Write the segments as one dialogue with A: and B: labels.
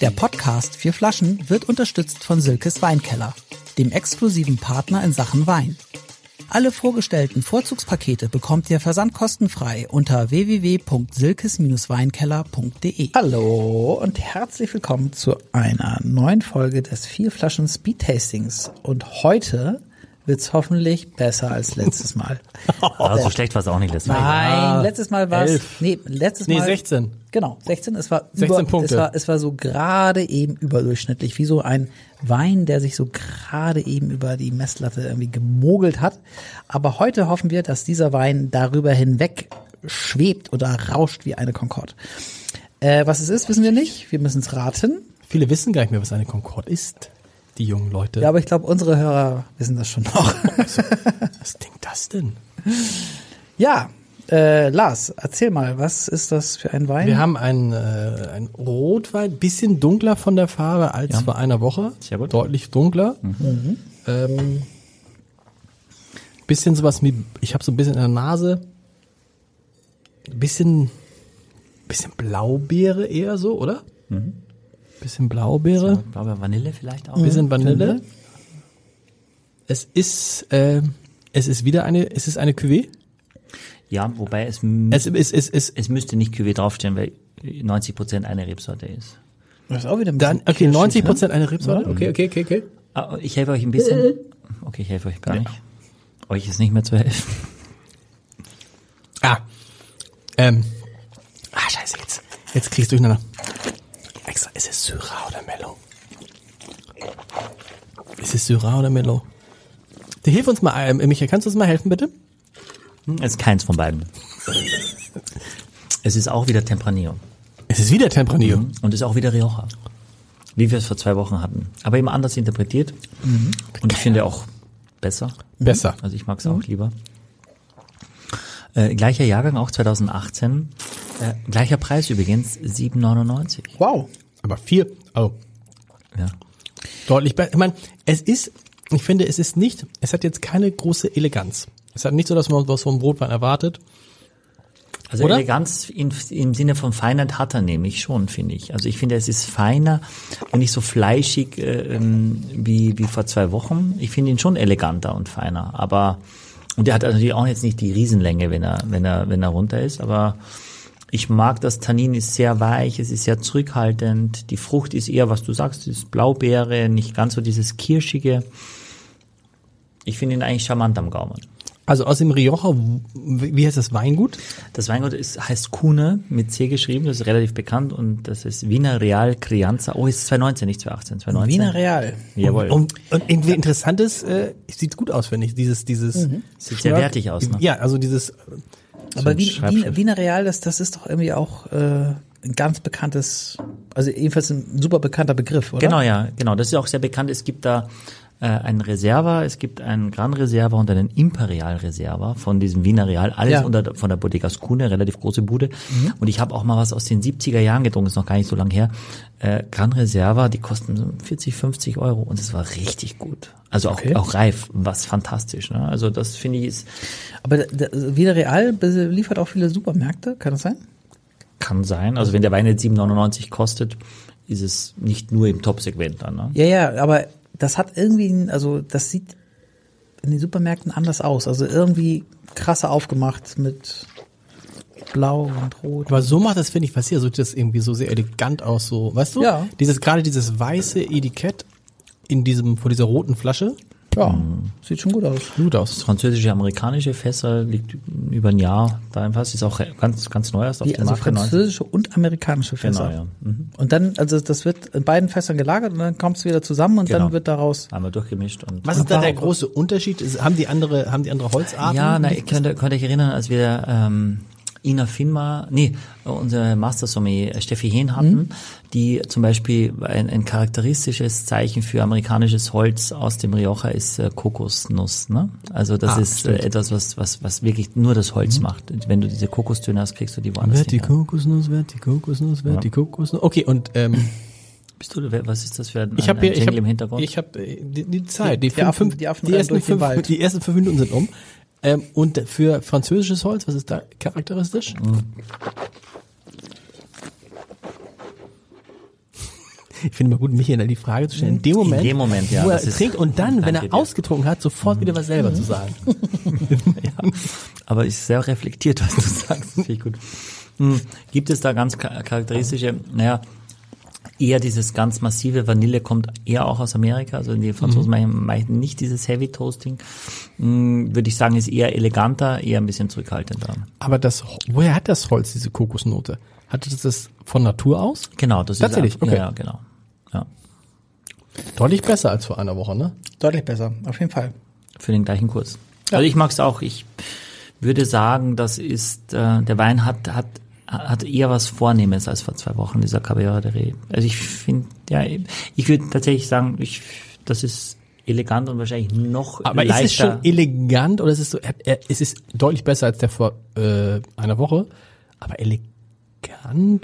A: Der Podcast Vier Flaschen wird unterstützt von Silkes Weinkeller, dem exklusiven Partner in Sachen Wein. Alle vorgestellten Vorzugspakete bekommt ihr versandkostenfrei unter www.silkes-weinkeller.de. Hallo und herzlich willkommen zu einer neuen Folge des Vier Flaschen Speed Tastings. Und heute wird's hoffentlich besser als letztes Mal. Oh,
B: Aber so Also schlecht war es auch nicht letztes Mal.
A: Nein,
C: Ja.
A: letztes Mal war es.
C: Ah, Elf.
A: Nee, letztes
C: Nee,
A: Mal.
C: 16.
A: Genau, 16. Es war
C: 16
A: über,
C: Punkte.
A: Es war, es war so gerade eben überdurchschnittlich, wie so ein Wein, der sich so gerade eben über die Messlatte irgendwie gemogelt hat. Aber heute hoffen wir, dass dieser Wein darüber hinweg schwebt oder rauscht wie eine Concorde. Äh, was es ist, wissen wir nicht. Wir müssen es raten.
C: Viele wissen gar nicht mehr, was eine Concorde ist, die jungen Leute.
A: Ja, aber ich glaube, unsere Hörer wissen das schon noch.
C: was denkt das denn?
A: ja, äh, Lars, erzähl mal, was ist das für ein Wein?
C: Wir haben einen, äh, einen Rotwein, bisschen dunkler von der Farbe als vor einer Woche.
B: Sehr gut.
C: Deutlich dunkler. Ähm, bisschen sowas wie, ich habe so ein bisschen in der Nase, bisschen, bisschen Blaubeere eher so, oder? Bisschen Blaubeere.
B: Ich glaube, Vanille vielleicht
A: Mhm.
B: auch.
C: bisschen Vanille. Es ist, äh, es ist wieder eine, es ist eine Cuvée.
B: Ja, wobei es, m-
C: Es, es, es, es,
B: es müsste nicht QW draufstehen, weil 90% eine Rebsorte ist.
A: das ist auch wieder ein
C: dann,
A: bisschen
C: okay,
A: kirschig,
C: 90
A: ne?
C: Prozent eine Rebsorte. Okay, okay, okay, okay.
B: Ah, ich helfe euch ein bisschen. Okay, ich helfe euch gar nicht. Euch ist nicht mehr zu helfen.
C: Ah, ähm, ah, scheiße, jetzt, jetzt kriegst du durcheinander. Extra, ist es Syrah oder Mellow? Ist es Syrah oder Mellow? Du, Hilf uns mal, ähm, Michael, kannst du uns mal helfen, bitte?
B: Es ist keins von beiden. es ist auch wieder Tempranillo.
C: Es ist wieder Tempranillo.
B: Und ist auch wieder Rioja. Wie wir es vor zwei Wochen hatten. Aber eben anders interpretiert. Und ich finde auch besser.
C: Besser.
B: Also ich mag es auch lieber. Äh, gleicher Jahrgang, auch 2018. Äh, gleicher Preis übrigens, 7,99.
A: Wow.
C: Aber viel, oh,
B: Ja.
C: deutlich besser. Ich meine, es ist, ich finde, es ist nicht, es hat jetzt keine große Eleganz. Es hat nicht so, dass man was vom Brotwein erwartet.
B: Also
C: Oder?
B: Eleganz in, im Sinne von Feinheit hat er nämlich schon, finde ich. Also ich finde, es ist feiner und nicht so fleischig äh, ähm, wie, wie vor zwei Wochen. Ich finde ihn schon eleganter und feiner. Aber und er hat natürlich auch jetzt nicht die Riesenlänge, wenn er, wenn er, wenn er runter ist, aber ich mag das Tannin ist sehr weich, es ist sehr zurückhaltend. Die Frucht ist eher, was du sagst, ist Blaubeere, nicht ganz so dieses kirschige. Ich finde ihn eigentlich charmant am Gaumen.
C: Also aus dem Rioja, wie wie heißt das Weingut?
B: Das Weingut ist, heißt Kuhne, mit C geschrieben, das ist relativ bekannt und das ist Wiener Real Crianza. Oh, ist 2019, nicht 2018, 2019.
A: Wiener Real.
B: Jawohl.
C: Und, Um- und irgendwie interessantes, äh, sieht gut aus, finde ich. Dieses, dieses.
B: Sieht sehr
C: Schmörk-
B: wertig aus, ne?
C: Ja, also dieses,
A: Aber
B: ein
A: Wien, Wien,
B: Schreibschrift.
A: Wiener Real, das, das ist doch irgendwie auch äh, ein ganz bekanntes, also jedenfalls ein super bekannter Begriff, oder?
B: Genau, ja, genau. Das ist auch sehr bekannt. Es gibt da äh, einen Reserva, es gibt einen Gran Reserva und einen Imperial Reserva von diesem Wiener Real. Alles
A: Ja. Mhm.
B: unter von der Bodegas Kuhne, relativ große Bude. Und ich habe auch mal was aus den 70er Jahren getrunken, ist noch gar nicht so lange her. Äh, Gran Reserva, die kosten so 40, 50 Euro und es war richtig gut. Also auch,
A: Okay.
B: auch reif, was fantastisch. Ne? Also das finde ich ist,
A: Aber der, der Wiener Real be- liefert auch viele Supermärkte, kann das sein?
B: Kann sein. Also wenn der Wein jetzt 7,99 kostet, ist es nicht nur im Top-Segment dann. Ne?
A: Ja, ja, aber das hat irgendwie, ein- also das sieht in den Supermärkten anders aus. Also irgendwie krasser aufgemacht mit Blau und Rot.
C: aber so macht das, finde ich, was hier, so sieht das irgendwie so sehr elegant aus, so, weißt du?
A: Ja.
C: Dieses, gerade dieses weiße Etikett in diesem, vor dieser roten Flasche.
A: Ja, sieht schon gut aus.
C: Gut aus.
B: Französische, amerikanische Fässer liegt über ein Jahr da im Fass. Ist auch ganz, ganz neu erst auf
A: Wie,
B: dem
A: also
B: Markt. der 19.
A: französische und amerikanische Fässer.
B: Genau, ja.
A: Und dann, also das wird in beiden Fässern gelagert und dann kommt es wieder zusammen und dann
B: Genau.
A: wird daraus
B: Einmal durchgemischt und
C: Was ist da der große Unterschied? Ist, haben die andere, haben die andere Holzarten?
B: Ja, na, ihr könnt, könnt euch erinnern, als wir ähm, Ina Finma, nee, unsere Master Sommelier äh, Steffi Hehn hatten,
C: Mhm.
B: die zum Beispiel ein, ein charakteristisches Zeichen für amerikanisches Holz aus dem Rioja ist äh, Kokosnuss. Ne? Also das
C: Ah, Mhm.
B: ist äh, etwas, was, was, was wirklich nur das Holz macht. Und Wenn du diese Kokostöne hast, kriegst du die woanders
C: Werd die
B: nicht her.
C: Kokosnuss, werd die Kokosnuss, werd die Kokosnuss. Okay, und ähm,
B: Bist du, wer- was ist das für ein,
C: ich
B: ein,
C: habe
B: ein
C: hier, ich
B: Jingle
C: hab,
B: im Hintergrund?
C: ich habe die, die Zeit, die,
A: die Affen- die Affen rennen
C: ersten
A: durch den
C: fünf,
A: Wald.
C: die ersten fünf Minuten sind um. Ähm, und für französisches Holz, was ist da
B: Mhm.
C: charakteristisch? Ich finde mal gut, Michael die Frage zu stellen. In dem Moment,
B: dem Moment, ja,
C: wo er
B: das ist-
C: trinkt und dann, wenn
B: Danke
C: er
B: dir. Mhm.
C: ausgetrunken hat, sofort wieder was selber zu sagen.
B: ja. Aber ist sehr reflektiert, was du sagst. Finde ich gut. Hm, Gibt es da ganz cha- charakteristische, naja, eher dieses ganz massive Vanille kommt eher auch aus Amerika, also die Franzosen machen, machen nicht dieses Heavy Toasting, Hm, würde ich sagen, ist eher eleganter, eher ein bisschen zurückhaltender.
C: Aber das, Ho- woher hat das Holz diese Kokosnote? Hatte das das von Natur aus?
B: Genau, das
C: Tatsächlich,
B: ist ab-
C: okay.
B: ja, genau. Ja,
C: Deutlich besser als vor einer Woche, ne?
A: Deutlich besser, auf jeden Fall.
B: für den gleichen Kurs. Also ich mag es auch, ich würde sagen, das ist äh, der Wein hat hat hat eher was Vornehmes als vor zwei Wochen dieser Caviar de Ré. Also ich finde, ja, ich würde tatsächlich sagen, ich, das ist elegant und wahrscheinlich noch
C: Aber
B: leichter.
C: ist es schon e- elegant oder ist es so, er, er, es ist deutlich besser als der vor äh, einer Woche, aber elegant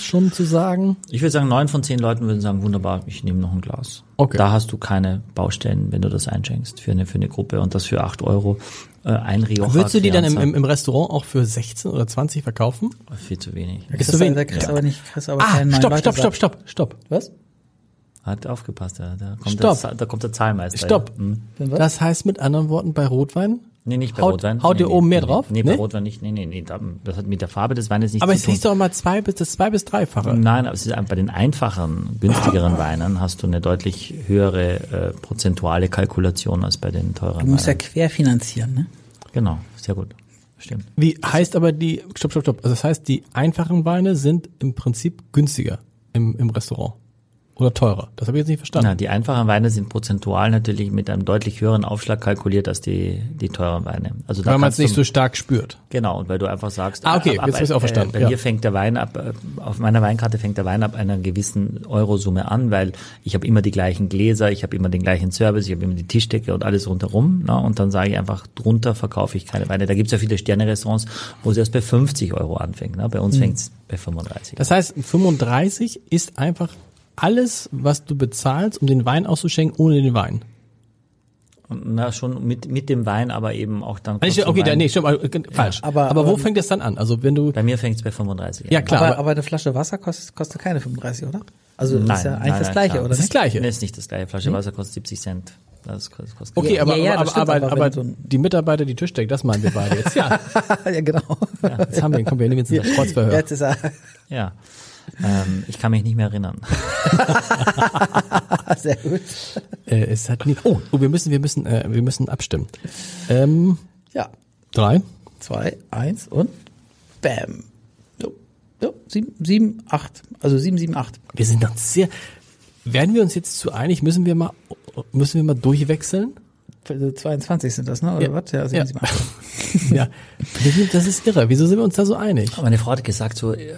C: schon zu sagen?
B: ich würde sagen, neun von zehn Leuten würden sagen, wunderbar, ich nehme noch ein Glas.
C: Okay.
B: Da hast du keine Baustellen, wenn du das einschenkst für eine für eine Gruppe und das für acht Euro äh, ein Rioja.
C: Würdest du die dann im,
B: Crianza.
C: im, im Restaurant auch für 16 oder 20 verkaufen?
B: viel zu wenig?
C: Ist
A: Kriegst du da kriegst du aber nicht, kriegst du aber
C: Ah,
A: keinen neuen
C: stopp, stopp,
A: Leutesatz.
C: stopp, stopp, stopp.
A: Was?
B: Hat aufgepasst, da, da, kommt,
C: Stopp.
B: der, Za- da kommt der Zahlmeister.
C: Stopp.
B: Ja. Hm.
A: Bin was?
C: Das heißt mit anderen Worten bei Rotwein?
B: Nee, nicht bei
C: Haut-
B: Rotwein.
C: haut
B: nee,
C: ihr
B: nee,
C: oben mehr
B: nee,
C: drauf?
B: Nee, bei
C: Nee?
B: Rotwein nicht. Nee, nee, nee. da- Das hat mit der Farbe des Weines nichts
C: Aber
B: zu
C: es
B: tun.
C: hieß doch immer zwei bis das zwei bis dreifache.
B: Nein, aber es ist ein- bei den einfacheren, günstigeren Weinen hast du eine deutlich höhere äh, prozentuale Kalkulation als bei den teuren
A: Du musst ja
B: Weinen.
A: querfinanzieren, ne?
B: Genau, sehr gut. Stimmt.
C: Wie heißt aber die Stopp, stopp, stopp. Also das heißt, die einfachen Weine sind im Prinzip günstiger im, im Restaurant oder teurer. Das habe ich jetzt nicht verstanden.
B: Na, die einfachen Weine sind prozentual natürlich mit einem deutlich höheren Aufschlag kalkuliert als die, die teuren Weine. Also da
C: weil man es
B: kannst
C: nicht
B: du-
C: so stark spürt.
B: Genau, und weil du einfach sagst,
C: Ah, okay,
B: ab- ab-
C: jetzt hab ich's auch verstanden,
B: Äh, bei
C: ja.
B: mir fängt der Wein ab, äh, auf meiner Weinkarte fängt der Wein ab einer gewissen Eurosumme an, weil ich habe immer die gleichen Gläser, ich habe immer den gleichen Service, ich habe immer die Tischdecke und alles rundherum. Ne? Und dann sage ich einfach, drunter verkaufe ich keine Weine. Da gibt's ja viele Sterne-Restaurants, wo es erst bei 50 Euro anfängt. Ne? Bei
C: Mhm.
B: uns fängt's bei 35
C: Das heißt, 35 ist einfach alles, was du bezahlst, um den Wein auszuschenken, ohne den Wein.
B: Na, schon mit, mit dem Wein, aber eben auch dann...
C: Also,
B: kommt
C: okay,
B: zum
C: da,
B: Wein.
C: nee, stimmt, aber, äh, falsch.
A: aber-
C: aber wo
A: aber-
C: fängt das dann an? Also wenn du,
B: Bei mir fängt's bei 35 an.
C: ja klar,
A: aber,
C: aber,
A: aber, eine Flasche Wasser kostet, kostet keine 35, oder? Also
B: Nein,
A: ist ja eigentlich
B: nein,
A: das
B: nein,
A: Gleiche,
B: klar.
A: oder?
C: das ist das
A: nicht?
C: Gleiche. Mhm.
B: Nee, ist nicht das gleiche. Flasche Wasser kostet 70 Cent. Das kostet kostet-
C: Okay, aber,
A: ja, ja, das
C: aber,
A: stimmt,
C: aber, aber,
A: aber wenn so ein-
C: die Mitarbeiter, die Tischdecke, das meinen wir beide jetzt. Ja,
A: ja, genau.
C: jetzt haben wir, komm, wir nehmen jetzt ein Kreuzverhör.
A: Jetzt ist er
B: Ja. Ähm, ich kann mich nicht mehr erinnern.
A: sehr gut.
C: Äh, es hat nie, oh, oh, wir müssen, wir müssen, äh, wir müssen abstimmen. Ähm,
A: Ja,
C: drei.
A: zwei, eins und bam. So, so, sieben, sieben, acht. Also sieben, sieben, acht.
C: Wir sind dann sehr, werden wir uns jetzt zu einig, müssen wir mal, müssen wir mal durchwechseln?
A: Also 22 sind das, ne? Oder
C: Ja.
A: was? Ja, sieben,
C: Ja.
A: sieben, acht.
C: Ja, das ist irre. Wieso sind wir uns da so einig?
B: Meine Frau hat gesagt, so, äh,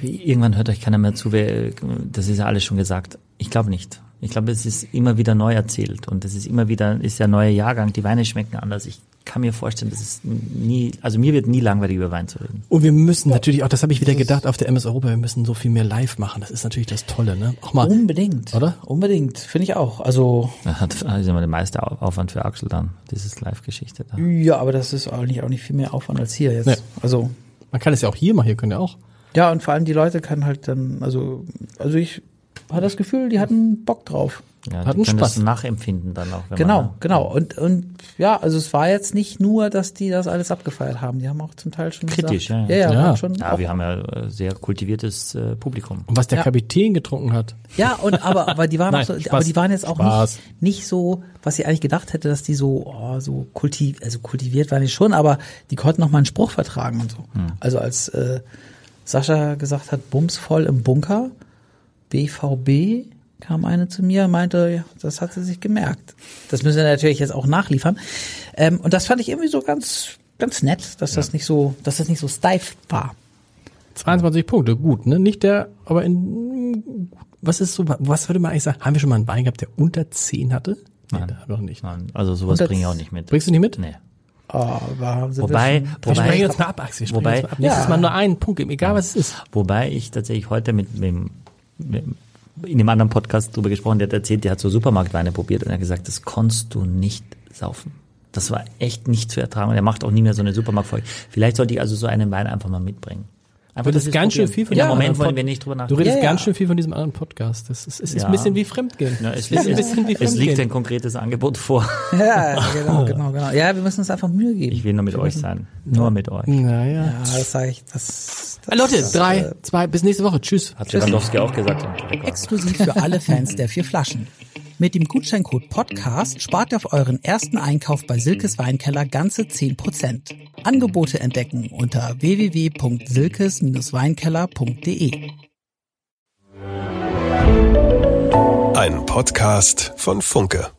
B: wie- irgendwann hört euch keiner mehr zu, wer, äh, das ist ja alles schon gesagt. Ich glaube nicht. Ich glaube, es ist immer wieder neu erzählt und es ist immer wieder, ist der neue Jahrgang, die Weine schmecken anders. Ich kann mir vorstellen, das ist nie, also mir wird nie langweilig über Wein zu reden.
C: Und wir müssen natürlich auch, das habe ich wieder gedacht, auf der MS Europa, wir müssen so viel mehr live machen. Das ist natürlich das Tolle, ne? Auch mal.
A: Unbedingt.
C: Oder?
A: Unbedingt. Finde ich auch. Also,
B: Das hat- das ist immer der meiste Au- Aufwand für Axel dann, dieses Live-Geschichte da.
A: ja, aber das ist eigentlich auch nicht viel mehr Aufwand als hier jetzt.
C: Nee.
A: Also,
C: Man kann es ja auch hier machen, hier können ja auch.
A: ja, und vor allem die Leute können halt dann, also, also ich hatte das Gefühl, die hatten Bock drauf.
B: Ja,
C: Hat
B: die
C: einen
B: können
C: Spaß.
B: das nachempfinden dann auch. Wenn
A: Genau,
B: Man, ne?
A: genau. Und, und ja, also es war jetzt nicht nur, dass die das alles abgefeiert haben. Die haben auch zum Teil schon
B: Kritisch,
A: gesagt,
B: ja,
A: ja,
B: ja.
A: ja,
C: Ja.
A: haben schon.
B: ja,
A: auch,
B: wir haben ja äh, sehr kultiviertes äh, Publikum.
C: Und was der
A: Ja.
C: Kapitän getrunken hat.
A: ja und aber aber die waren auch
C: Nein,
A: so,
C: Spaß,
A: aber die waren jetzt auch
C: Spaß.
A: nicht nicht so, was ich eigentlich gedacht hätte, dass die so oh, so kultiv, also kultiviert waren die schon, aber die konnten noch mal einen Spruch vertragen und so.
C: Hm.
A: Also als äh, Sascha gesagt hat, Bums voll im Bunker, BVB kam eine zu mir und meinte, ja, das hat sie sich gemerkt. Das müssen wir natürlich jetzt auch nachliefern. Ähm, und das fand ich irgendwie so ganz, ganz nett, dass das nicht so, dass das nicht so steif war.
C: 22 Punkte, gut, ne? Nicht der, aber in, was ist so, was würde man eigentlich sagen? Haben wir schon mal einen Wein gehabt, der unter 10 hatte? Nein. Nee, da noch nicht.
B: Nein, also sowas
A: Und das-
B: bringe ich auch nicht mit.
C: Bringst du nicht mit?
B: Nee.
A: Aber Oh, sind wir
B: Wobei,
A: schon-
C: Wir sprechen
B: wobei,
C: uns mal ab, Axel. Wir sprechen
B: wobei-
C: uns mal ab. Nächstes
A: Ja.
C: Mal nur einen Punkt geben, egal was es ist.
B: Wobei ich tatsächlich heute mit, mit, mit in dem anderen Podcast drüber gesprochen, der hat erzählt, der hat so Supermarktweine probiert und er hat gesagt, das konntest du nicht saufen. Das war echt nicht zu ertragen und er macht auch nie mehr so eine Supermarktfolge. Vielleicht sollte ich also so einen Wein einfach mal mitbringen. Einfach,
C: Du
B: dass
C: redest
B: wir's
C: ganz schön
B: probieren.
C: viel von
B: Ja,
C: dem
B: im Moment
C: anderen
B: wollen
C: Pod-
B: wir nicht drüber nachdenken.
C: Du redest
A: Ja, ja.
C: ganz schön viel von diesem anderen Podcast. Das ist, es ist
B: Ja.
C: ein bisschen wie Fremdgehen.
B: Ja, es,
C: Es ist
B: liegt,
C: ein bisschen wie
B: es, es liegt
C: Fremdgehen.
B: ein konkretes Angebot vor.
A: Ja, genau, genau, genau. Ja, wir müssen uns einfach Mühe geben.
B: Ich will nur mit euch sein. Nur mit euch.
C: Naja.
A: ja, das sage ich. Das, das
C: Ah, Leute,
A: ist, äh,
C: drei, zwei, bis nächste Woche. Tschüss.
B: Hat Lewandowski auch gesagt.
A: Exklusiv für alle Fans der vier Flaschen. Mit dem Gutscheincode Podcast spart ihr auf euren ersten Einkauf bei Silkes Weinkeller ganze 10%. Angebote entdecken unter www.silkes-weinkeller.de.
D: Ein Podcast von Funke.